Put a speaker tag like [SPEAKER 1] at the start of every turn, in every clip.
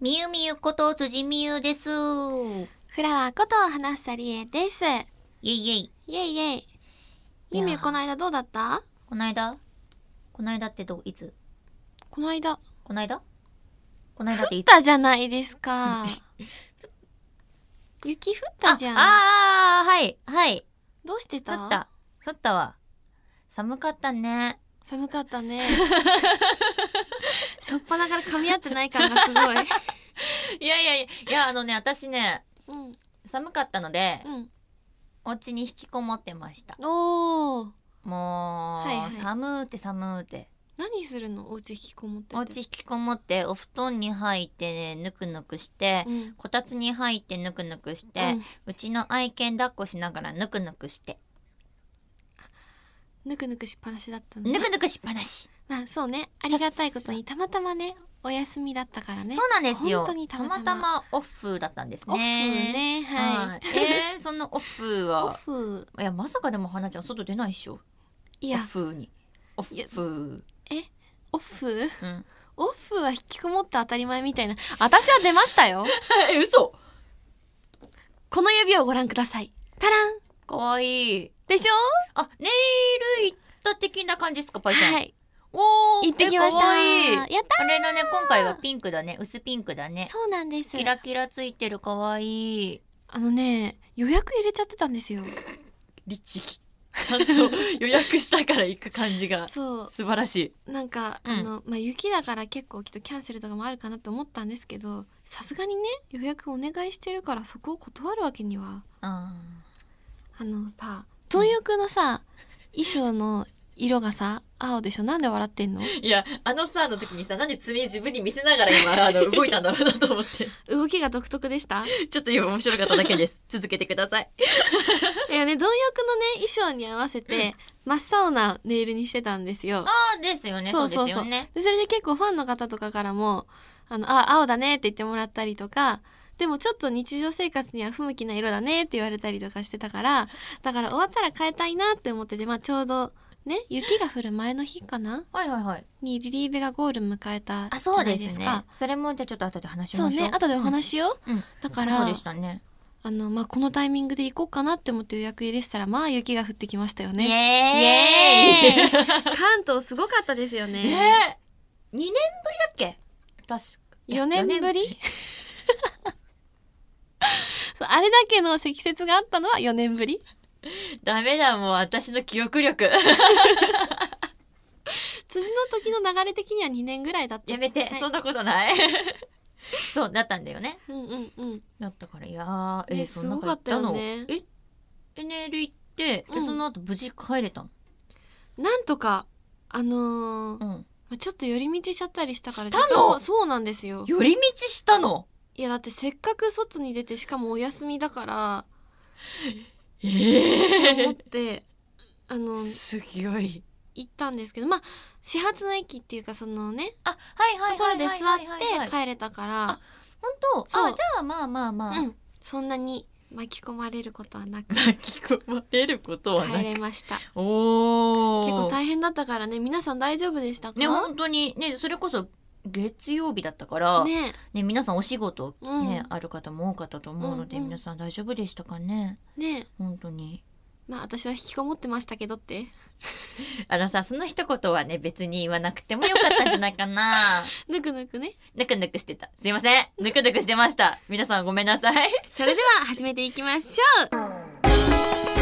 [SPEAKER 1] みゆみゆこと辻みゆです。イェ
[SPEAKER 2] フラワーこと花さりえです。
[SPEAKER 1] イイェイ。
[SPEAKER 2] イエイイエイ。みみ
[SPEAKER 1] いやー
[SPEAKER 2] この間どうだった
[SPEAKER 1] こないだこないだってど、いつ
[SPEAKER 2] この間。
[SPEAKER 1] こないだこないだって
[SPEAKER 2] 降
[SPEAKER 1] い
[SPEAKER 2] っ
[SPEAKER 1] つ
[SPEAKER 2] たじゃないです か。雪降ったじゃん。
[SPEAKER 1] ああー、はい、はい。
[SPEAKER 2] どうして
[SPEAKER 1] 降
[SPEAKER 2] た
[SPEAKER 1] った。降ったわ。寒かったね。
[SPEAKER 2] 寒かったね。 しょっぱなから噛み合ってない感がすごい。
[SPEAKER 1] いやいやいや、いや、あのね、私ね、
[SPEAKER 2] うん。
[SPEAKER 1] 寒かったので、
[SPEAKER 2] うん。
[SPEAKER 1] お家に引きこもってました。
[SPEAKER 2] おー。
[SPEAKER 1] もう、
[SPEAKER 2] はいはい
[SPEAKER 1] 寒うて寒うて。
[SPEAKER 2] 何するのお家引きこもってて。
[SPEAKER 1] お家引きこもって、お布団に入って、ね、ぬくぬくして、
[SPEAKER 2] うん。
[SPEAKER 1] こたつに入ってぬくぬくして、
[SPEAKER 2] うん
[SPEAKER 1] うちの愛犬抱っこしながらぬくぬくして、
[SPEAKER 2] ぬくぬくしっぱなしだった
[SPEAKER 1] ぬ
[SPEAKER 2] ね。
[SPEAKER 1] くぬくしっぱなし。
[SPEAKER 2] まあそうね。ありがたいことにたまたまね、お休みだったからね。
[SPEAKER 1] そうなんですよ。
[SPEAKER 2] 本当にたまたま
[SPEAKER 1] オフだったんですね。
[SPEAKER 2] オフね。はい。
[SPEAKER 1] はい。えー、そのオフ
[SPEAKER 2] オ
[SPEAKER 1] は、
[SPEAKER 2] フ
[SPEAKER 1] いや、まさかでも花ちゃん外出ないっしょ。
[SPEAKER 2] い
[SPEAKER 1] オ
[SPEAKER 2] や
[SPEAKER 1] フに。オフ。
[SPEAKER 2] いや
[SPEAKER 1] うん。
[SPEAKER 2] オフオフは引きこもった当たり前みたいな私は出ましたよ
[SPEAKER 1] え、嘘
[SPEAKER 2] この指をご覧くださいタラン
[SPEAKER 1] かわいい。
[SPEAKER 2] でし
[SPEAKER 1] あ、ネイル行った的な感じですか、
[SPEAKER 2] ょ
[SPEAKER 1] パイセン。、
[SPEAKER 2] はいい
[SPEAKER 1] おー、
[SPEAKER 2] 行ってきました
[SPEAKER 1] えかわいい。
[SPEAKER 2] やった
[SPEAKER 1] あれだね、今回はピンクだね。薄ピンクだね。
[SPEAKER 2] そうなんです
[SPEAKER 1] キラキラついてる、かわいい。
[SPEAKER 2] あのね予約入れちゃってたんですよ
[SPEAKER 1] 律儀ちゃんと予約したから行く感じが
[SPEAKER 2] そ
[SPEAKER 1] 素晴らしいう
[SPEAKER 2] なんか、
[SPEAKER 1] うん
[SPEAKER 2] あのまあ雪だから結構きっとキャンセルとかもあるかなと思ったんですけどさすがにね予約お願いしてるからそこを断るわけには
[SPEAKER 1] あ
[SPEAKER 2] あのさ貪欲のさ衣装の色がさ青でしょなんで笑ってんの
[SPEAKER 1] いやあのさの時にさなんで爪自分に見せながら今あ の動いたんだろうなと思って
[SPEAKER 2] 動きが独特でした
[SPEAKER 1] ちょっと今面白かっただけ です続けてください
[SPEAKER 2] いやね、貪欲のね、衣装に合わせて、真っ青なネイルにしてたんですよ。
[SPEAKER 1] ああですよねそう
[SPEAKER 2] そうそうそう
[SPEAKER 1] ですよね
[SPEAKER 2] でそれで結構ファンの方とかからも、あの、あ、青だねって言ってもらったりとか、でもちょっと日常生活には不向きな色だねって言われたりとかしてたから、だから終わったら変えたいなって思ってて、まあちょうど、ね、雪が降る前の日かな
[SPEAKER 1] はいはいはい
[SPEAKER 2] にリリーベがゴール迎えた
[SPEAKER 1] あ
[SPEAKER 2] じゃ
[SPEAKER 1] そう
[SPEAKER 2] ない
[SPEAKER 1] で
[SPEAKER 2] ですす
[SPEAKER 1] ね
[SPEAKER 2] か。
[SPEAKER 1] それもじゃあちょっと後で話し
[SPEAKER 2] そ
[SPEAKER 1] ま
[SPEAKER 2] う
[SPEAKER 1] しょう
[SPEAKER 2] ね、後でお話しよう。
[SPEAKER 1] うんうん
[SPEAKER 2] だから、
[SPEAKER 1] そうでしたね
[SPEAKER 2] あの、まあ、このタイミングで行こうかなって思って予約入れてたら、まあ、雪が降ってきましたよね。
[SPEAKER 1] イエーイ
[SPEAKER 2] 関東すごかったですよ
[SPEAKER 1] ね
[SPEAKER 2] ね。
[SPEAKER 1] え2年ぶりだっけ確か
[SPEAKER 2] 4年ぶり そうあれだけの積雪があったのは4年ぶり
[SPEAKER 1] ダメだもう私の記憶力
[SPEAKER 2] 辻の時の流れ的には2年ぐらいだった。
[SPEAKER 1] やめて、
[SPEAKER 2] はい
[SPEAKER 1] そんなことない そうだったんだよね
[SPEAKER 2] うんうんうん。
[SPEAKER 1] だったからいやーえ
[SPEAKER 2] ね
[SPEAKER 1] そんなことった
[SPEAKER 2] す
[SPEAKER 1] の
[SPEAKER 2] ごかったよね
[SPEAKER 1] ええネイル行って、
[SPEAKER 2] う
[SPEAKER 1] で
[SPEAKER 2] ん
[SPEAKER 1] その後無事帰れたの
[SPEAKER 2] なんとか、あのー
[SPEAKER 1] う
[SPEAKER 2] ま
[SPEAKER 1] ん
[SPEAKER 2] あちょっと寄り道しちゃったりしたから。
[SPEAKER 1] したの
[SPEAKER 2] 時間はそうなんですよ。
[SPEAKER 1] 寄り道したの
[SPEAKER 2] いや、だってせっかく外に出て、しかもお休みだから、って
[SPEAKER 1] え
[SPEAKER 2] 思って、あの、
[SPEAKER 1] すごい
[SPEAKER 2] 行ったんですけど、まあ、始発の駅っていうか、そのね、
[SPEAKER 1] あはいは
[SPEAKER 2] と
[SPEAKER 1] い
[SPEAKER 2] こ
[SPEAKER 1] は
[SPEAKER 2] ろ
[SPEAKER 1] い
[SPEAKER 2] で座
[SPEAKER 1] はいはいはい
[SPEAKER 2] って帰れたから、
[SPEAKER 1] 本当
[SPEAKER 2] そ
[SPEAKER 1] あ
[SPEAKER 2] う
[SPEAKER 1] じゃあまあまあまあ、
[SPEAKER 2] うん、そんなに巻き込まれることはなく
[SPEAKER 1] 巻き込まれること
[SPEAKER 2] 帰れました。結
[SPEAKER 1] おお
[SPEAKER 2] 構大変だったからね、皆さん大丈夫でしたか？
[SPEAKER 1] ね本当にねそれこそ月曜日だったからね
[SPEAKER 2] ね
[SPEAKER 1] 皆さんお仕事
[SPEAKER 2] うん
[SPEAKER 1] ね、ある方も多かったと思うので、
[SPEAKER 2] うんうん
[SPEAKER 1] 皆さん大丈夫でしたかね
[SPEAKER 2] ね
[SPEAKER 1] 本当に
[SPEAKER 2] まあ私は引きこもってましたけどって。
[SPEAKER 1] あのさその一言はね別に言わなくてもよかったんじゃないかな
[SPEAKER 2] ぬくぬくね。
[SPEAKER 1] ぬくぬくしてたすいませんぬくぬくしてました皆さんごめんなさい
[SPEAKER 2] それでは始めていきましょう。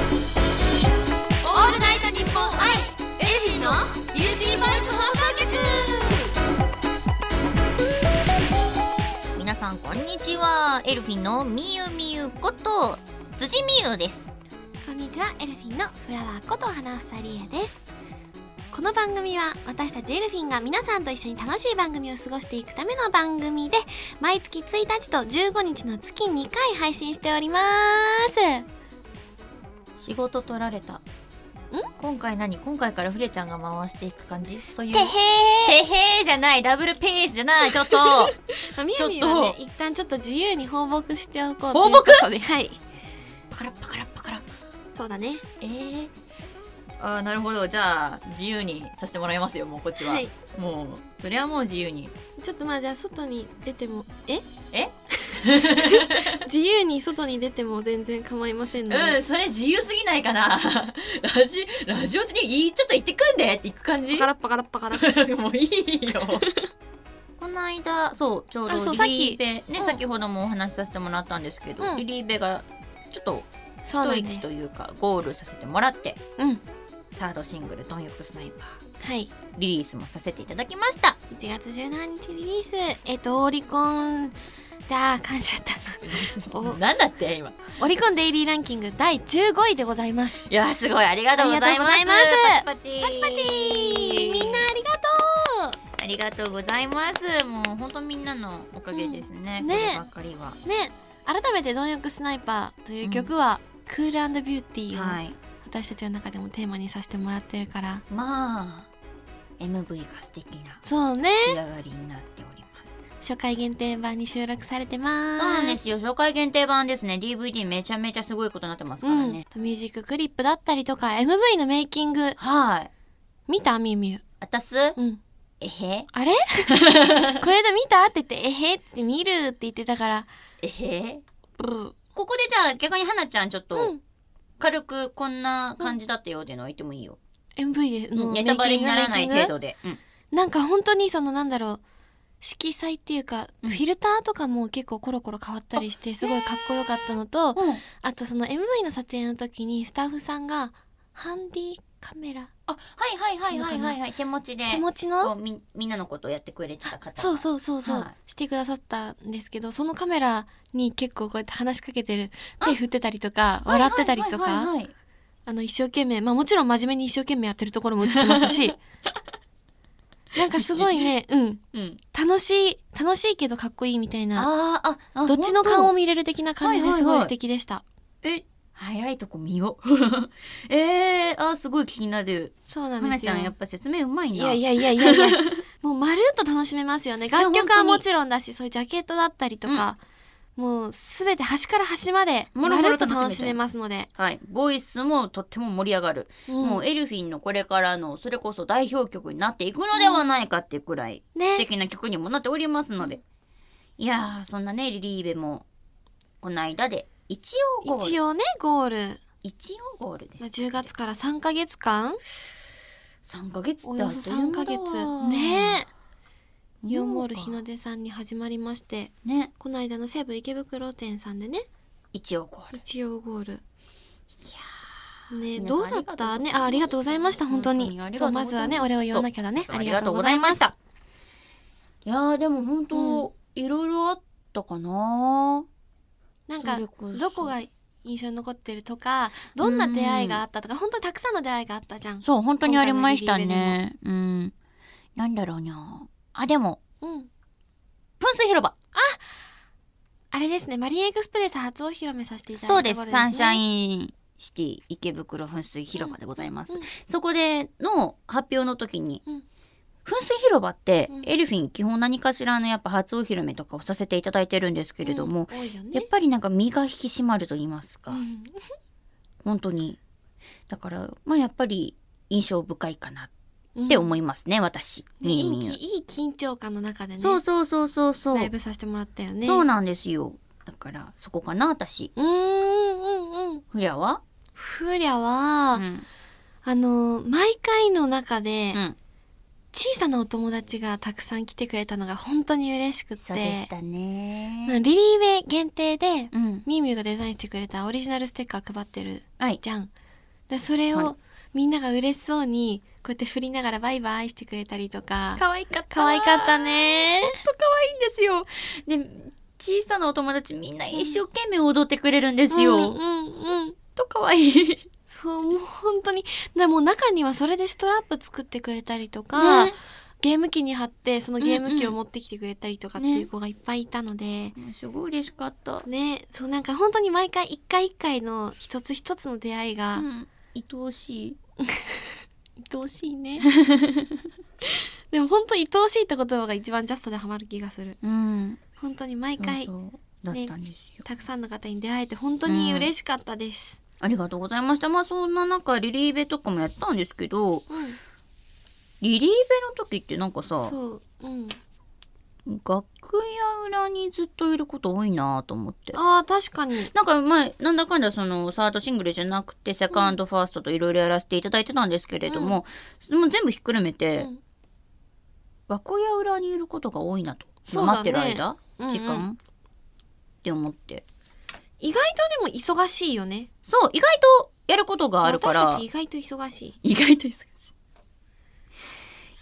[SPEAKER 1] オールナイトニッポン愛エルフィーのビューティーボイス放送局皆さんこんにちはエルフィーのみゆみゆこと辻みゆです
[SPEAKER 2] こんにちは、エルフィンのフラワーこと花房理恵です。この番組は私たちエルフィンが皆さんと一緒に楽しい番組を過ごしていくための番組で毎月1日と15日の月2回配信しております。
[SPEAKER 1] 仕事取られたん今回何今回からフレちゃんが回していく感じそういう
[SPEAKER 2] てへー
[SPEAKER 1] てへーじゃないダブルペースじゃないち ょっと
[SPEAKER 2] まあ、みやみ
[SPEAKER 1] ちょっ
[SPEAKER 2] は
[SPEAKER 1] と
[SPEAKER 2] ね一旦ちょっと自由に放牧しておこう
[SPEAKER 1] 放牧
[SPEAKER 2] ということではい
[SPEAKER 1] パカラパカラパカラ
[SPEAKER 2] そうだね
[SPEAKER 1] えー、あーなるほどじゃあ自由にさせてもらいますよもうこっちは、
[SPEAKER 2] はい
[SPEAKER 1] もうそれはもう自由に
[SPEAKER 2] ちょっとまあじゃあ外に出てもえ
[SPEAKER 1] え
[SPEAKER 2] 自由に外に出ても全然構いませんの
[SPEAKER 1] う
[SPEAKER 2] で
[SPEAKER 1] んそれ自由すぎないかな ラジラジオ中にいい「ちょっと行ってくんで」って行く感じ
[SPEAKER 2] パカラッパカラッパカラ ッ
[SPEAKER 1] もういいよこの間そうちょう
[SPEAKER 2] あそ
[SPEAKER 1] ど
[SPEAKER 2] う
[SPEAKER 1] リ
[SPEAKER 2] さっき
[SPEAKER 1] リーベね、
[SPEAKER 2] うん
[SPEAKER 1] 先ほどもお話しさせてもらったんですけど、
[SPEAKER 2] うん
[SPEAKER 1] リリーベがちょっと
[SPEAKER 2] そうな
[SPEAKER 1] 一
[SPEAKER 2] ん
[SPEAKER 1] 息
[SPEAKER 2] です
[SPEAKER 1] というかゴールさせてもらって
[SPEAKER 2] うん
[SPEAKER 1] サードシングル「貪欲スナイパー
[SPEAKER 2] はい」
[SPEAKER 1] リリースもさせていただきま した
[SPEAKER 2] 1月17日リリースえっとオリコンだー感じちゃった お
[SPEAKER 1] なんだって今
[SPEAKER 2] オリコンデイリーランキング第15位でございます
[SPEAKER 1] いやすごいありがとうございます
[SPEAKER 2] ありがとうございます
[SPEAKER 1] パチパチ
[SPEAKER 2] パチパチーみんなありがと
[SPEAKER 1] ありがとうございますもう本当みんなのおかげですね、
[SPEAKER 2] うん
[SPEAKER 1] こ
[SPEAKER 2] ね
[SPEAKER 1] ればっかりは
[SPEAKER 2] うね改めて「貪欲スナイパー」という曲は、クールビューティーを、
[SPEAKER 1] はい
[SPEAKER 2] 私たちの中でもテーマにさせてもらってるから
[SPEAKER 1] まあ MV が素敵な
[SPEAKER 2] そうね
[SPEAKER 1] 仕上がりになっております
[SPEAKER 2] 初回限定版に収録されてます
[SPEAKER 1] そうなんですよ紹介限定版ですね DVD めちゃめちゃすごいことになってますからね、
[SPEAKER 2] うん、ミュージッククリップだったりとか MV のメイキング
[SPEAKER 1] はい
[SPEAKER 2] 見たみゆみゆ
[SPEAKER 1] あたす
[SPEAKER 2] うん
[SPEAKER 1] えへ
[SPEAKER 2] あれ この間見たって言って「えへ」って見るって言ってたから
[SPEAKER 1] えへ
[SPEAKER 2] ブー
[SPEAKER 1] ここでじゃあ逆にはなちゃんちょっ
[SPEAKER 2] う
[SPEAKER 1] と
[SPEAKER 2] ん
[SPEAKER 1] 軽くこんな感じだったよっていうのを言ってもいいよ、
[SPEAKER 2] MV で
[SPEAKER 1] うん
[SPEAKER 2] の
[SPEAKER 1] ネ
[SPEAKER 2] メイキ
[SPEAKER 1] タ
[SPEAKER 2] ング
[SPEAKER 1] バレにならない
[SPEAKER 2] メイキン
[SPEAKER 1] 程
[SPEAKER 2] グ
[SPEAKER 1] 度で、うん
[SPEAKER 2] なんか本当にそのなんだろう色彩っていうか、
[SPEAKER 1] うん
[SPEAKER 2] フィルターとかも結構コロコロ変わったりしてすごいかっこよかったのと、あとその MV の撮影の時にスタッフさんがハンディカメラ
[SPEAKER 1] あはいはいはいはいはいはい手持ちで
[SPEAKER 2] 手持ち
[SPEAKER 1] こ
[SPEAKER 2] の
[SPEAKER 1] うみみんなのことをやってくれてた方
[SPEAKER 2] そうそうそうそう、
[SPEAKER 1] は
[SPEAKER 2] してくださったんですけどそのカメラに結構こうやって話しかけてる手振ってたりとか
[SPEAKER 1] はいは
[SPEAKER 2] 笑
[SPEAKER 1] い
[SPEAKER 2] ってたり
[SPEAKER 1] はい
[SPEAKER 2] と
[SPEAKER 1] はい
[SPEAKER 2] か
[SPEAKER 1] はい
[SPEAKER 2] あの一生懸命まあもちろん真面目に一生懸命やってるところも映ってまし たしなんかすごいねうん
[SPEAKER 1] うん、
[SPEAKER 2] 楽しい楽しいけどかっこいいみたいな
[SPEAKER 1] あーああ
[SPEAKER 2] どっちの顔を
[SPEAKER 1] 見
[SPEAKER 2] 見れる的な感じで
[SPEAKER 1] はいは
[SPEAKER 2] す
[SPEAKER 1] い
[SPEAKER 2] ご
[SPEAKER 1] はい
[SPEAKER 2] い素敵でした、
[SPEAKER 1] え早いとこ見よ えー、あーすごい気になる
[SPEAKER 2] そう
[SPEAKER 1] は
[SPEAKER 2] なんで
[SPEAKER 1] な
[SPEAKER 2] す
[SPEAKER 1] ち
[SPEAKER 2] よ
[SPEAKER 1] ゃんやっぱ説明うまいない
[SPEAKER 2] やいやいやいやいやもうまるっと楽しめますよね楽曲はもちろんだしそういうジャケットだったりとか、もうすべて端から端まで
[SPEAKER 1] も
[SPEAKER 2] ま
[SPEAKER 1] ろもろ
[SPEAKER 2] るっと楽しめますので、
[SPEAKER 1] はいボイスもとっても盛り上がる、
[SPEAKER 2] うん
[SPEAKER 1] もうエルフィンのこれからのそれこそ代表曲になっていくのではないかっていうくらい素
[SPEAKER 2] ね
[SPEAKER 1] 敵な曲にもなっておりますので、いやーそんなねリリーベもこの間で一応ゴール
[SPEAKER 2] 一応ねゴール、
[SPEAKER 1] 一応ゴールです
[SPEAKER 2] まあ、10月から3か月間
[SPEAKER 1] 3ヶ月っ
[SPEAKER 2] お
[SPEAKER 1] てあ
[SPEAKER 2] よ
[SPEAKER 1] っと
[SPEAKER 2] そ
[SPEAKER 1] いう間
[SPEAKER 2] 3
[SPEAKER 1] だ
[SPEAKER 2] か月
[SPEAKER 1] わ
[SPEAKER 2] ねイオンモール
[SPEAKER 1] そう
[SPEAKER 2] 日
[SPEAKER 1] か
[SPEAKER 2] の出さんに始まりまして
[SPEAKER 1] ね
[SPEAKER 2] この間の西武池袋店さんでね
[SPEAKER 1] 一応ゴール
[SPEAKER 2] 一応ゴール
[SPEAKER 1] 皆
[SPEAKER 2] ね
[SPEAKER 1] さん
[SPEAKER 2] どうだったねあありがとうございました本当に
[SPEAKER 1] 本当にありがと
[SPEAKER 2] そう
[SPEAKER 1] うござい
[SPEAKER 2] ま
[SPEAKER 1] ます
[SPEAKER 2] ずはねお礼を言わなきゃだね
[SPEAKER 1] そう
[SPEAKER 2] ありがとうござい
[SPEAKER 1] あ
[SPEAKER 2] ま
[SPEAKER 1] り
[SPEAKER 2] し
[SPEAKER 1] が
[SPEAKER 2] た
[SPEAKER 1] とうございましたいやーでも本当、いろいろあったかな
[SPEAKER 2] なんか
[SPEAKER 1] それこそ
[SPEAKER 2] どこが印象に残ってるとかどんな出会いがあったとか、本当にたくさんの出会いがあったじゃん。
[SPEAKER 1] そう本当にありましたねうんなんだろうにゃあでも
[SPEAKER 2] うん、
[SPEAKER 1] 噴水広場
[SPEAKER 2] あれですねマリンエクスプレス初お披露目させていた
[SPEAKER 1] そ
[SPEAKER 2] だ
[SPEAKER 1] う
[SPEAKER 2] いた
[SPEAKER 1] です
[SPEAKER 2] 頃
[SPEAKER 1] サンシャ
[SPEAKER 2] ン
[SPEAKER 1] インシティ池袋噴水広場でございます、
[SPEAKER 2] うんうん
[SPEAKER 1] そこでの発表の時に、
[SPEAKER 2] うん
[SPEAKER 1] 噴水広場って、
[SPEAKER 2] うん
[SPEAKER 1] エルフィン基本何かしらのやっぱ初お披露目とかをさせていただいてるんですけれども、
[SPEAKER 2] 多いよ
[SPEAKER 1] やっ
[SPEAKER 2] ね。
[SPEAKER 1] ぱりなんか身が引き締まると言いますか、
[SPEAKER 2] うん
[SPEAKER 1] 本当にだからまあやっぱり印象深いかな
[SPEAKER 2] うん
[SPEAKER 1] って思いますね、私
[SPEAKER 2] ね
[SPEAKER 1] みゆ
[SPEAKER 2] い
[SPEAKER 1] み
[SPEAKER 2] い
[SPEAKER 1] ゆ
[SPEAKER 2] きいい緊張感の中でね
[SPEAKER 1] そうそうそうそうそう、
[SPEAKER 2] ライブさせてもらったよね。
[SPEAKER 1] そう
[SPEAKER 2] う
[SPEAKER 1] なんですよだからそこかな私
[SPEAKER 2] ーんうんうん。
[SPEAKER 1] フリアは
[SPEAKER 2] ふりゃは、
[SPEAKER 1] うん、
[SPEAKER 2] あの毎回の中で、
[SPEAKER 1] うん
[SPEAKER 2] 小さなお友達がたくさん来てくれたのが本当に嬉しくて
[SPEAKER 1] そうでした
[SPEAKER 2] う
[SPEAKER 1] ね
[SPEAKER 2] んリリーベ限定で
[SPEAKER 1] うん
[SPEAKER 2] みゆみゆがデザインしてくれたオリジナルステッカー配ってる
[SPEAKER 1] はい
[SPEAKER 2] じゃん。でそれ
[SPEAKER 1] はい
[SPEAKER 2] をみんなが嬉しそうにこうやって振りながらバイバイしてくれたりとか
[SPEAKER 1] 可愛かった
[SPEAKER 2] 可愛かったね。
[SPEAKER 1] と可愛いんですよで小さなお友達みんな一生懸命踊ってくれるんですよ、
[SPEAKER 2] うんうんうん。
[SPEAKER 1] と可愛い
[SPEAKER 2] そうもう本当になもう中にはそれでストラップ作ってくれたりとか、
[SPEAKER 1] ね
[SPEAKER 2] ゲーム機に貼ってそのゲーム機
[SPEAKER 1] う
[SPEAKER 2] を
[SPEAKER 1] んうん
[SPEAKER 2] 持ってきてくれたりとかってい
[SPEAKER 1] ね
[SPEAKER 2] う子がいっぱいいたので。
[SPEAKER 1] すごい嬉しかった、
[SPEAKER 2] ね、そうなんか本当に毎回一回一回の一つ一つの出会いが
[SPEAKER 1] うん、愛おしい
[SPEAKER 2] 愛おしいねでも本当愛おしいって言葉が一番ジャストでハマる気がする
[SPEAKER 1] うん
[SPEAKER 2] 本当に毎回
[SPEAKER 1] そうそうだったんですよ、
[SPEAKER 2] たくさんの方に出会えて本当に嬉しかったです、
[SPEAKER 1] ありがとうございました。まあそんな中リリーベとかもやったんですけど、
[SPEAKER 2] うん
[SPEAKER 1] リリーベの時ってなんかさ、
[SPEAKER 2] そううん
[SPEAKER 1] 楽屋裏にずっといること多いなと思って。
[SPEAKER 2] あー確かに
[SPEAKER 1] なんか前なんだかんだそのサードシングルじゃなくてセカンド、ファーストといろいろやらせていただいてたんですけれども、もう全部ひっくるめて、
[SPEAKER 2] うん
[SPEAKER 1] 楽屋裏にいることが多いなと、
[SPEAKER 2] そうだ
[SPEAKER 1] 待
[SPEAKER 2] ね
[SPEAKER 1] ってる間、
[SPEAKER 2] うんうん
[SPEAKER 1] 時間って思って
[SPEAKER 2] 意外とでも忙しいよね
[SPEAKER 1] そう意外とやることがあるから
[SPEAKER 2] 私たち意外と忙しい
[SPEAKER 1] 意外と忙し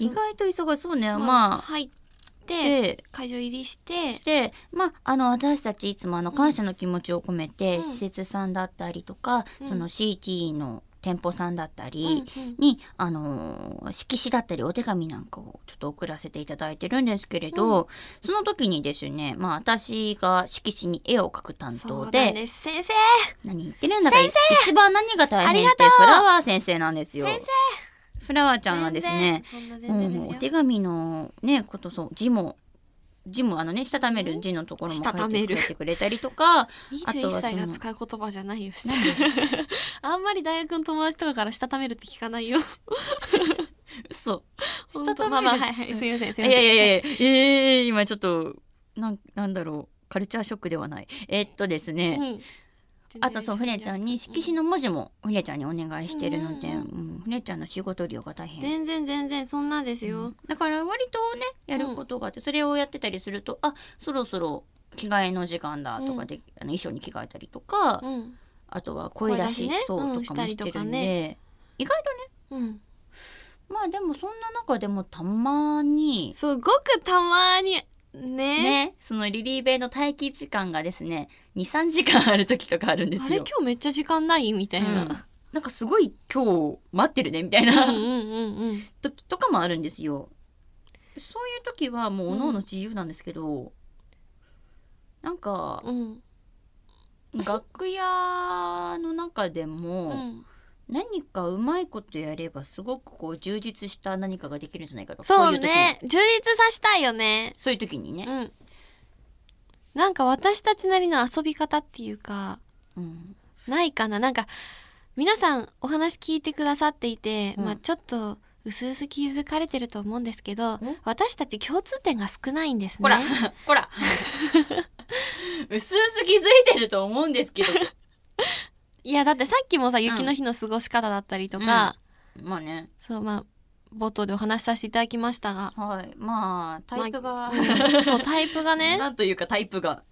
[SPEAKER 1] い意外と忙しいそうねまあ
[SPEAKER 2] 入って
[SPEAKER 1] で
[SPEAKER 2] 会場入りして
[SPEAKER 1] してまああの私たちいつもあの感謝の気持ちを込めて、
[SPEAKER 2] うん
[SPEAKER 1] 施設さんだったりとか、
[SPEAKER 2] うん
[SPEAKER 1] その CT の店舗さんだったり、
[SPEAKER 2] うんうん
[SPEAKER 1] に、あのー色紙だったりお手紙なんかをちょっと送らせていただいてるんですけれど、その時にですね、まあ、私が色紙に絵を描く担
[SPEAKER 2] そう
[SPEAKER 1] 当
[SPEAKER 2] な
[SPEAKER 1] で
[SPEAKER 2] んです先生
[SPEAKER 1] 何言ってるんだか一番何が大変っ
[SPEAKER 2] ありが
[SPEAKER 1] て
[SPEAKER 2] とう
[SPEAKER 1] フラワー先生なんですよ。
[SPEAKER 2] 先
[SPEAKER 1] フラワーちゃんはですね
[SPEAKER 2] 全然そんな
[SPEAKER 1] も
[SPEAKER 2] 全然
[SPEAKER 1] うお
[SPEAKER 2] です
[SPEAKER 1] 手
[SPEAKER 2] よ
[SPEAKER 1] 紙のねことそう字も字もあのねしたためる字のところも書
[SPEAKER 2] したた
[SPEAKER 1] い
[SPEAKER 2] め
[SPEAKER 1] て
[SPEAKER 2] る
[SPEAKER 1] くれてくれたりとかあと
[SPEAKER 2] 21
[SPEAKER 1] はそ
[SPEAKER 2] 歳が
[SPEAKER 1] の
[SPEAKER 2] 使う言葉じゃないよ あんまり大学の友達とかからしたためるって聞かないよ
[SPEAKER 1] 嘘
[SPEAKER 2] ほ ん
[SPEAKER 1] したため
[SPEAKER 2] と
[SPEAKER 1] る
[SPEAKER 2] まあまあはいはいすいませんすいません
[SPEAKER 1] いやいやいやいや、ええ今ちょっと、なん、なんだろう、カルチャーショックではない。えっとです
[SPEAKER 2] う
[SPEAKER 1] ね、
[SPEAKER 2] ん
[SPEAKER 1] あとそう、フレちゃんに色紙の文字も、フレちゃんにお願いしてるので、
[SPEAKER 2] うん
[SPEAKER 1] うんフレちゃんの仕事量が大変。
[SPEAKER 2] 全然全然そんなですよ、
[SPEAKER 1] だから割とね、やることがあって、それをやってたりすると、あ、そろそろ着替えの時間だとかで、あの衣装に着替えたりとか、
[SPEAKER 2] うん
[SPEAKER 1] あとは声出し、
[SPEAKER 2] 声出しね
[SPEAKER 1] そう
[SPEAKER 2] うん
[SPEAKER 1] とかも
[SPEAKER 2] し
[SPEAKER 1] したて
[SPEAKER 2] りと
[SPEAKER 1] る
[SPEAKER 2] か
[SPEAKER 1] んで、
[SPEAKER 2] ね
[SPEAKER 1] 意外とね、
[SPEAKER 2] うん、
[SPEAKER 1] まあでもそんな中でもたまに、
[SPEAKER 2] すごくたまにね
[SPEAKER 1] ね、そのリリーベの待機時間がですね23時間ある時とかあるんですよ
[SPEAKER 2] あれ今日めっちゃ時間ないみたい
[SPEAKER 1] うん
[SPEAKER 2] な、
[SPEAKER 1] なんかすごい今日待ってるねみたい
[SPEAKER 2] うん、うん
[SPEAKER 1] な
[SPEAKER 2] うんうん
[SPEAKER 1] 時とかもあるんですよそういう時はもうおのの自由なんですけど、なんか
[SPEAKER 2] うん
[SPEAKER 1] 楽屋の中で
[SPEAKER 2] う
[SPEAKER 1] も
[SPEAKER 2] ん
[SPEAKER 1] 何かうまいことやればすごくこう充実した何かができるんじゃないかと
[SPEAKER 2] そうね充実させたいよね
[SPEAKER 1] そういう時にそういう時にね、
[SPEAKER 2] うんなんか私たちなりの遊び方っていうか
[SPEAKER 1] うん
[SPEAKER 2] ないかななんか皆さんお話聞いてくださっていて、
[SPEAKER 1] うん
[SPEAKER 2] まあちょっと薄々気づかれてると思うんですけど
[SPEAKER 1] ん
[SPEAKER 2] 私たち共通点が少ないんですね
[SPEAKER 1] こら、こ ら。うすうす気づいてると思うんですけど。
[SPEAKER 2] いやだってさっきもさ雪の日の過ごし方だったりとか、
[SPEAKER 1] うんまあね、
[SPEAKER 2] そうまあ冒頭でお話しさせていただきました が
[SPEAKER 1] はい、まあ、タイプが。
[SPEAKER 2] そうタイプがね
[SPEAKER 1] なんというかタイプが。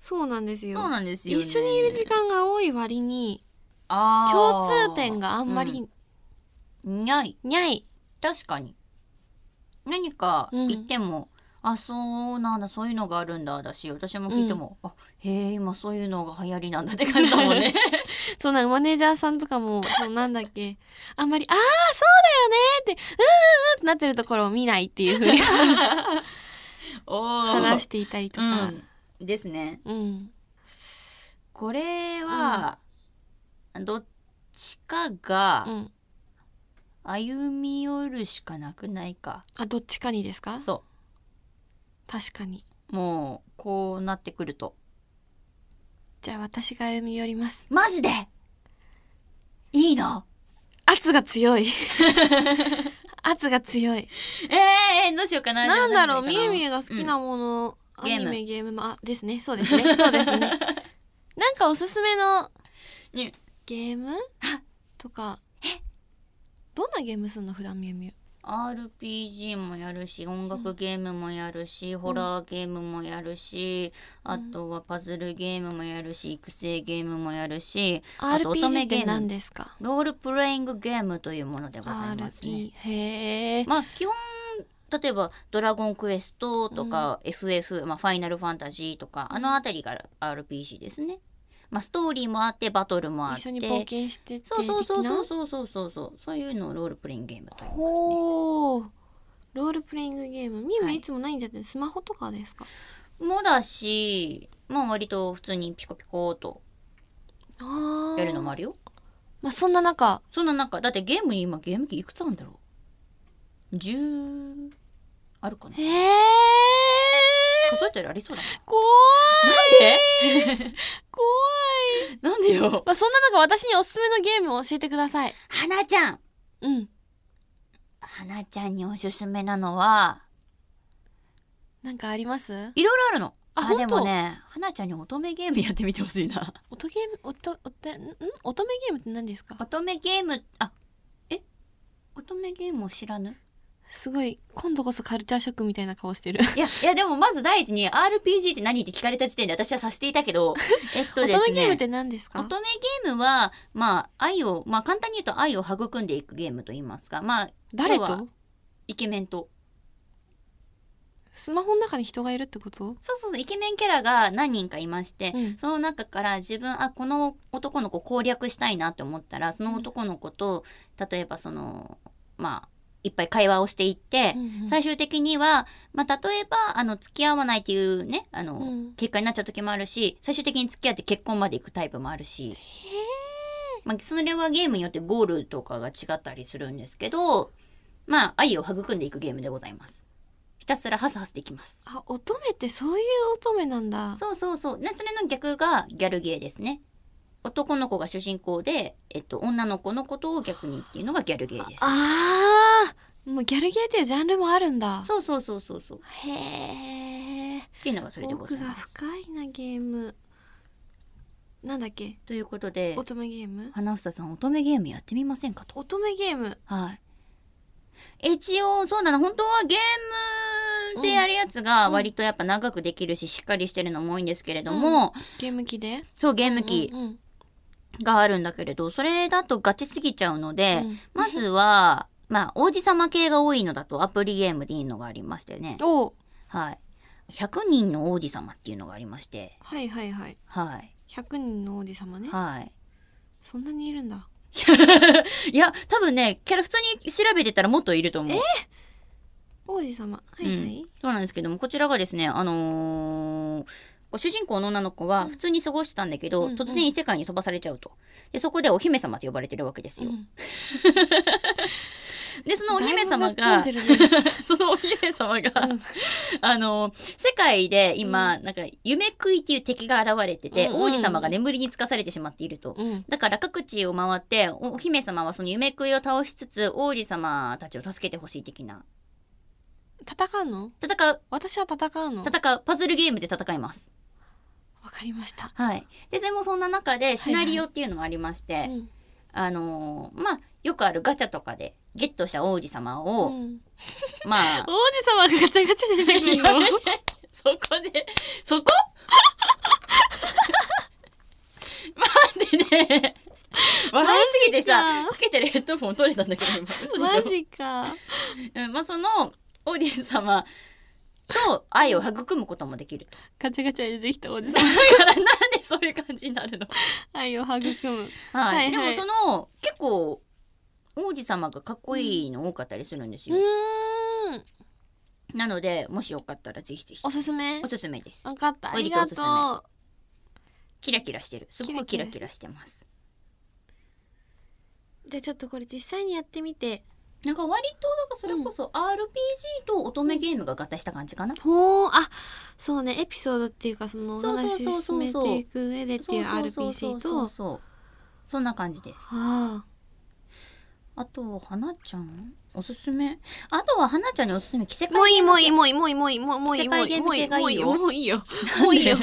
[SPEAKER 2] そうなんですよ
[SPEAKER 1] そうなんですよ、
[SPEAKER 2] 一緒にいる時。間が多い割に
[SPEAKER 1] あ
[SPEAKER 2] 共通点があんまり
[SPEAKER 1] うん。ない、
[SPEAKER 2] にゃい、
[SPEAKER 1] 確かに。何か
[SPEAKER 2] うん
[SPEAKER 1] 言っても。あそうなんだそういうのがあるんだだし私も聞いても、あへえ今そういうのが流行りなんだって感じだも んね
[SPEAKER 2] そうなんかマネージャーさんとかもそうなんだっけあんまり「ああそうだよね」って「うんうんうん」ってなってるところを見ないっていうふ うに
[SPEAKER 1] おー
[SPEAKER 2] 話していたりとか。
[SPEAKER 1] うん、ですね
[SPEAKER 2] うん
[SPEAKER 1] これは、どっちかが
[SPEAKER 2] うん
[SPEAKER 1] 歩み寄るしかなくないか、
[SPEAKER 2] あどっちかにですか
[SPEAKER 1] そ
[SPEAKER 2] 確かに
[SPEAKER 1] うもうこうなってくると
[SPEAKER 2] じゃあ私が歩み寄ります
[SPEAKER 1] マジでいいの
[SPEAKER 2] 圧が強い 圧が強い
[SPEAKER 1] えー、どうしようかな
[SPEAKER 2] なんだろうみえみ
[SPEAKER 1] え
[SPEAKER 2] えが好きなもの、
[SPEAKER 1] ん
[SPEAKER 2] アニ
[SPEAKER 1] ゲ
[SPEAKER 2] メゲームまあですねそうですねそう ですねなんかおすすめの
[SPEAKER 1] ね
[SPEAKER 2] ゲームとかどんなゲームすんの普段みえみえ
[SPEAKER 1] RPG もやるし音楽ゲームもやるし、ホラーゲームもやるし、あとはパズルゲームもやるし育成ゲームもやるしあと乙
[SPEAKER 2] RPG
[SPEAKER 1] 女
[SPEAKER 2] っ
[SPEAKER 1] ゲ
[SPEAKER 2] て
[SPEAKER 1] ー
[SPEAKER 2] 何
[SPEAKER 1] ム
[SPEAKER 2] ですか
[SPEAKER 1] ロールプレイングゲームというものでございますね。
[SPEAKER 2] RP へえ、
[SPEAKER 1] まあ基本例えば「ドラゴンクエスト」とか「FF」まあ「ファイナルファンタジー」とかあの辺りが RPG ですね。まあ、ストーリーもあってバトルもあって
[SPEAKER 2] 一緒に冒険してって
[SPEAKER 1] そうそうそう
[SPEAKER 2] 的な
[SPEAKER 1] そうそうそうそうそういうのをロールプレイングゲームと言いますね。
[SPEAKER 2] ほうロールプレイングゲームみえみ
[SPEAKER 1] は
[SPEAKER 2] え
[SPEAKER 1] い
[SPEAKER 2] いつも何でやってるスマホとかですか
[SPEAKER 1] もだしまあ割と普通にピコピコと
[SPEAKER 2] ああ
[SPEAKER 1] やるのもあるよ。
[SPEAKER 2] まあそんな中
[SPEAKER 1] そんな中だってゲームに今ゲーム機いくつあるんだろう ?10 あるかな
[SPEAKER 2] へえ
[SPEAKER 1] 数えたらありそうだな。
[SPEAKER 2] 怖い
[SPEAKER 1] なんで
[SPEAKER 2] 怖い
[SPEAKER 1] なんでよ
[SPEAKER 2] まあ、そんな中私におすすめのゲームを教えてください
[SPEAKER 1] 花ちゃん
[SPEAKER 2] うん
[SPEAKER 1] 花ちゃんにおすすめなのは
[SPEAKER 2] なんかあります
[SPEAKER 1] いろいろあるの
[SPEAKER 2] あ本当
[SPEAKER 1] でもね花ちゃんに乙女ゲームやってみてほしいな
[SPEAKER 2] 音ゲーム音音んん乙女ゲームって何ですか
[SPEAKER 1] 乙女ゲームあえ乙女ゲームを知らぬ
[SPEAKER 2] すごい今度こそカルチャーショックみたいな顔してる
[SPEAKER 1] いや、いやでもまず第一に RPG って何って聞かれた時点で私は察していたけ ど、えっとですね。
[SPEAKER 2] 乙女ゲームって何ですか
[SPEAKER 1] 乙女ゲームは、まあ、愛を、まあ簡単に言うと愛を育んでいくゲームと言いますか、まあ、
[SPEAKER 2] 誰
[SPEAKER 1] 要は
[SPEAKER 2] と
[SPEAKER 1] イケメンと。
[SPEAKER 2] スマホの中に人がいるってこと
[SPEAKER 1] そうそうそう、イケメンキャラが何人かいまして、
[SPEAKER 2] うん
[SPEAKER 1] その中から自分、あ、この男の子攻略したいなって思ったら、その男の子と、例えばその、まあ、いっぱい会話をしていって、最終的には、まあ、例えば、あの、付き合わないっていうね、あの、
[SPEAKER 2] うん
[SPEAKER 1] 結果になっちゃう時もあるし、最終的に付き合って結婚まで行くタイプもあるし。まあ、それはゲームによってゴールとかが違ったりするんですけど、まあ、愛を育んでいくゲームでございます。ひたすらハスハスできます。
[SPEAKER 2] あ乙女ってそういう乙女なんだ
[SPEAKER 1] そうそうそう。で、それの逆がギャルゲーですね。男の子が主人公で、えっと、女の子のことを逆にっていうのがギャルゲーです。
[SPEAKER 2] あーもうギャルゲーっていうジャンルもあるんだ
[SPEAKER 1] そうそうそうそうそう。
[SPEAKER 2] へえ
[SPEAKER 1] っていうのがそれでござ
[SPEAKER 2] 奥
[SPEAKER 1] い
[SPEAKER 2] が
[SPEAKER 1] ます。
[SPEAKER 2] 深いなゲームなんだっけ
[SPEAKER 1] ということで、
[SPEAKER 2] 乙女ゲーム
[SPEAKER 1] 花房さん乙女ゲームやってみませんかと。
[SPEAKER 2] 乙女ゲーム
[SPEAKER 1] はい。一応、そうなの。本当はゲームでやるやつが割とやっぱ長くできるし、しっかりしてるのも多いんですけれども、
[SPEAKER 2] ゲーム機で
[SPEAKER 1] そう、ゲーム機
[SPEAKER 2] うんうん
[SPEAKER 1] があるんだけれど、それだとガチすぎちゃうので、
[SPEAKER 2] うん
[SPEAKER 1] まずは、まあ、王子様系が多いのだとアプリゲームでいいのがありましてね。
[SPEAKER 2] おう
[SPEAKER 1] はい。100人の王子様っていうのがありまして、
[SPEAKER 2] はいはいはい
[SPEAKER 1] はい。
[SPEAKER 2] 100人の王子様ね
[SPEAKER 1] はい。
[SPEAKER 2] そんなにいるんだ
[SPEAKER 1] いや、多分ね、キャラ普通に調べてたらもっといると思う。
[SPEAKER 2] 王子様はいはい、
[SPEAKER 1] そうなんですけどもこちらがですねあのー主人公の女の子は普通に過ごしてたんだけど、
[SPEAKER 2] うん
[SPEAKER 1] 突然異世界に飛ばされちゃうとでそこでお姫様と呼ばれてるわけですよ、
[SPEAKER 2] うん
[SPEAKER 1] でそのお姫様
[SPEAKER 2] だい
[SPEAKER 1] が
[SPEAKER 2] ぶぶっ飛んでるね
[SPEAKER 1] そのお姫様が、
[SPEAKER 2] うん
[SPEAKER 1] あのー世界で今、なんか夢食いっていう敵が現れてて、
[SPEAKER 2] うんうん
[SPEAKER 1] 王子様が眠りにつかされてしまっていると、
[SPEAKER 2] うん
[SPEAKER 1] だから各地を回っておお姫様はその夢食いを倒しつつ王子様たちを助けてほしい的な
[SPEAKER 2] 戦うの
[SPEAKER 1] 戦う
[SPEAKER 2] 私は戦うのわ
[SPEAKER 1] 戦うパズルゲームで戦います
[SPEAKER 2] かりました
[SPEAKER 1] はい、でそれもそんな中でシナリオっていうのもありまして、
[SPEAKER 2] うん
[SPEAKER 1] あのーまあよくあるガチャとかでゲットした王子様を、
[SPEAKER 2] うん
[SPEAKER 1] まあ
[SPEAKER 2] 王子様がガチャガチャで出てくるよ
[SPEAKER 1] そこでそこ 待ってね笑いすぎてさ
[SPEAKER 2] マジか
[SPEAKER 1] つけてるヘッドフォン取れたんだけど今嘘でしょ
[SPEAKER 2] マジか
[SPEAKER 1] うんまあ、その王子様と愛を育むこともできると
[SPEAKER 2] ガチャガチャでできた王子様
[SPEAKER 1] だからなんでそういう感じになるの
[SPEAKER 2] 愛を育む
[SPEAKER 1] はい、
[SPEAKER 2] はいはい
[SPEAKER 1] でもその結構王子様がかっこいいの多かったりするんです
[SPEAKER 2] う
[SPEAKER 1] よ、
[SPEAKER 2] ーん
[SPEAKER 1] なのでもしよかったらぜひぜひ
[SPEAKER 2] おすすめ
[SPEAKER 1] おすすめです
[SPEAKER 2] 分かったあ
[SPEAKER 1] おい
[SPEAKER 2] り
[SPEAKER 1] でく
[SPEAKER 2] が
[SPEAKER 1] おすす
[SPEAKER 2] と
[SPEAKER 1] め
[SPEAKER 2] う
[SPEAKER 1] キラキラしてるすごく
[SPEAKER 2] キ
[SPEAKER 1] キ
[SPEAKER 2] ラ
[SPEAKER 1] ラ
[SPEAKER 2] キラ
[SPEAKER 1] キラしてます
[SPEAKER 2] じゃあちょっとこれ実際にやってみて
[SPEAKER 1] なんか割となんかそれこそ RPG と乙女ゲームが合体した感じかな、
[SPEAKER 2] ほーあそうねエピソードっていうかそのお
[SPEAKER 1] そうそう
[SPEAKER 2] 話
[SPEAKER 1] そうそう
[SPEAKER 2] 進めていく上でっていう
[SPEAKER 1] そうそうそう
[SPEAKER 2] RPG
[SPEAKER 1] そう
[SPEAKER 2] と
[SPEAKER 1] そうそんな感じです
[SPEAKER 2] あ
[SPEAKER 1] あと花ちゃんおすすめあとは花ちゃんにおすすめ着せ替
[SPEAKER 2] あ
[SPEAKER 1] え
[SPEAKER 2] もういいもういいもういいもういいもういいもうもういいもういいもういい
[SPEAKER 1] 世界限定がいいよ
[SPEAKER 2] もういいよもういいよ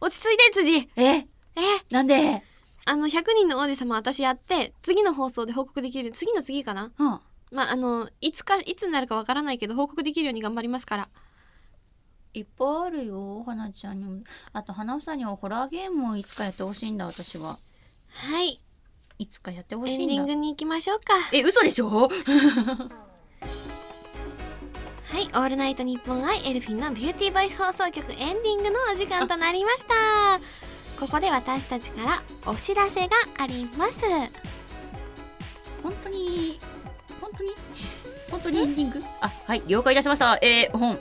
[SPEAKER 2] 落ち着いて辻
[SPEAKER 1] え
[SPEAKER 2] え
[SPEAKER 1] なんで、
[SPEAKER 2] あの100人の王子様私やって次の放送で報告できる次の次かな
[SPEAKER 1] うん、
[SPEAKER 2] まああのいつかいつになるかわからないけど報告できるように頑張りますから
[SPEAKER 1] いっぱいあるよ花ちゃんにもあと花房にはホラーゲームをいつかやってほしいんだ私は
[SPEAKER 2] はい
[SPEAKER 1] いつかやってほし
[SPEAKER 2] エ
[SPEAKER 1] い
[SPEAKER 2] ン
[SPEAKER 1] ん
[SPEAKER 2] デ
[SPEAKER 1] だ
[SPEAKER 2] ィングに行きましょうか
[SPEAKER 1] え嘘でしょ
[SPEAKER 2] はい、オールナイトニッポンアイエルフィンのビューティーボイス放送局エンディングのお時間となりました。ここで私たちからお知らせがあります。
[SPEAKER 1] 本当に本当に本当にエンディングあはい了解いたしましたえー、本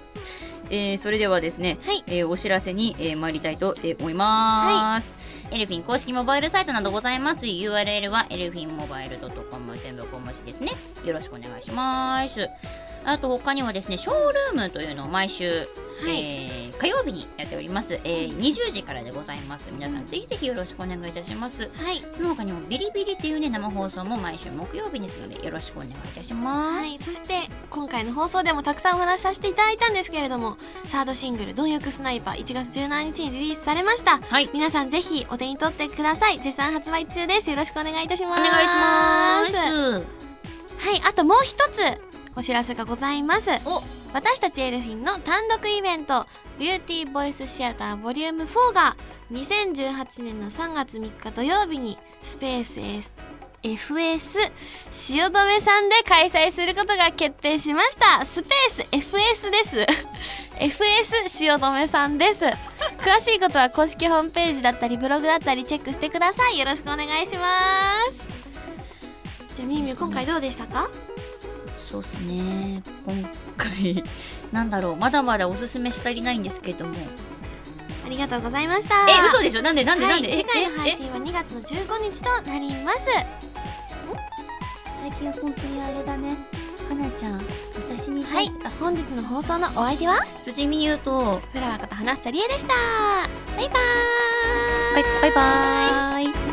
[SPEAKER 1] えー、それではですね、
[SPEAKER 2] はい
[SPEAKER 1] えーお知らせに、えー参りたいとえー思います、エルフィン公式モバイルサイトなどございます URL はエルフィンモバイル .com 全部小文字ですねよろしくお願いしますあと他にはですねショールームというのを毎週
[SPEAKER 2] はい
[SPEAKER 1] えー火曜日にやっております、えー20時からでございます皆さん、
[SPEAKER 2] うん
[SPEAKER 1] ぜひぜひよろしくお願いいたします
[SPEAKER 2] はい
[SPEAKER 1] その他にもビリビリっていうね生放送も毎週木曜日ですのでよろしくお願いいたします、
[SPEAKER 2] はい、そして今回の放送でもたくさんお話しさせていただいたんですけれどもサードシングル「貪欲スナイパー」1月17日にリリースされました
[SPEAKER 1] はい
[SPEAKER 2] 皆さんぜひお手に取ってください絶賛発売中ですよろしくお願いいたしま
[SPEAKER 1] お
[SPEAKER 2] す
[SPEAKER 1] 願いしま
[SPEAKER 2] は
[SPEAKER 1] す
[SPEAKER 2] いあともう一つお知らせがございます
[SPEAKER 1] お
[SPEAKER 2] 私たちエルフィンの単独イベント「ビューティーボイスシアターボリューム4が2018年の3月3日土曜日にスペース S FS 汐留さんで開催することが決定しましたスペース FS です FS 汐留さんです詳しいことは公式ホームページだったりブログだったりチェックしてくださいよろしくお願いしますじゃあみゆみゆ今回どうでしたか
[SPEAKER 1] そうですね今回なんだろうまだまだおすすめし足りないんですけども
[SPEAKER 2] ありがとうございました
[SPEAKER 1] え嘘でしょなんでなんでなんで、
[SPEAKER 2] はい、次回の
[SPEAKER 1] ええ
[SPEAKER 2] 配信は2月の15日となります
[SPEAKER 1] 最近本当にあれだね花ちゃん私に
[SPEAKER 2] はい
[SPEAKER 1] して、
[SPEAKER 2] 本日の放送のお相手は
[SPEAKER 1] あ辻美優と
[SPEAKER 2] フラワーこと花さりえでしたバイバーイ
[SPEAKER 1] バイバイバーイ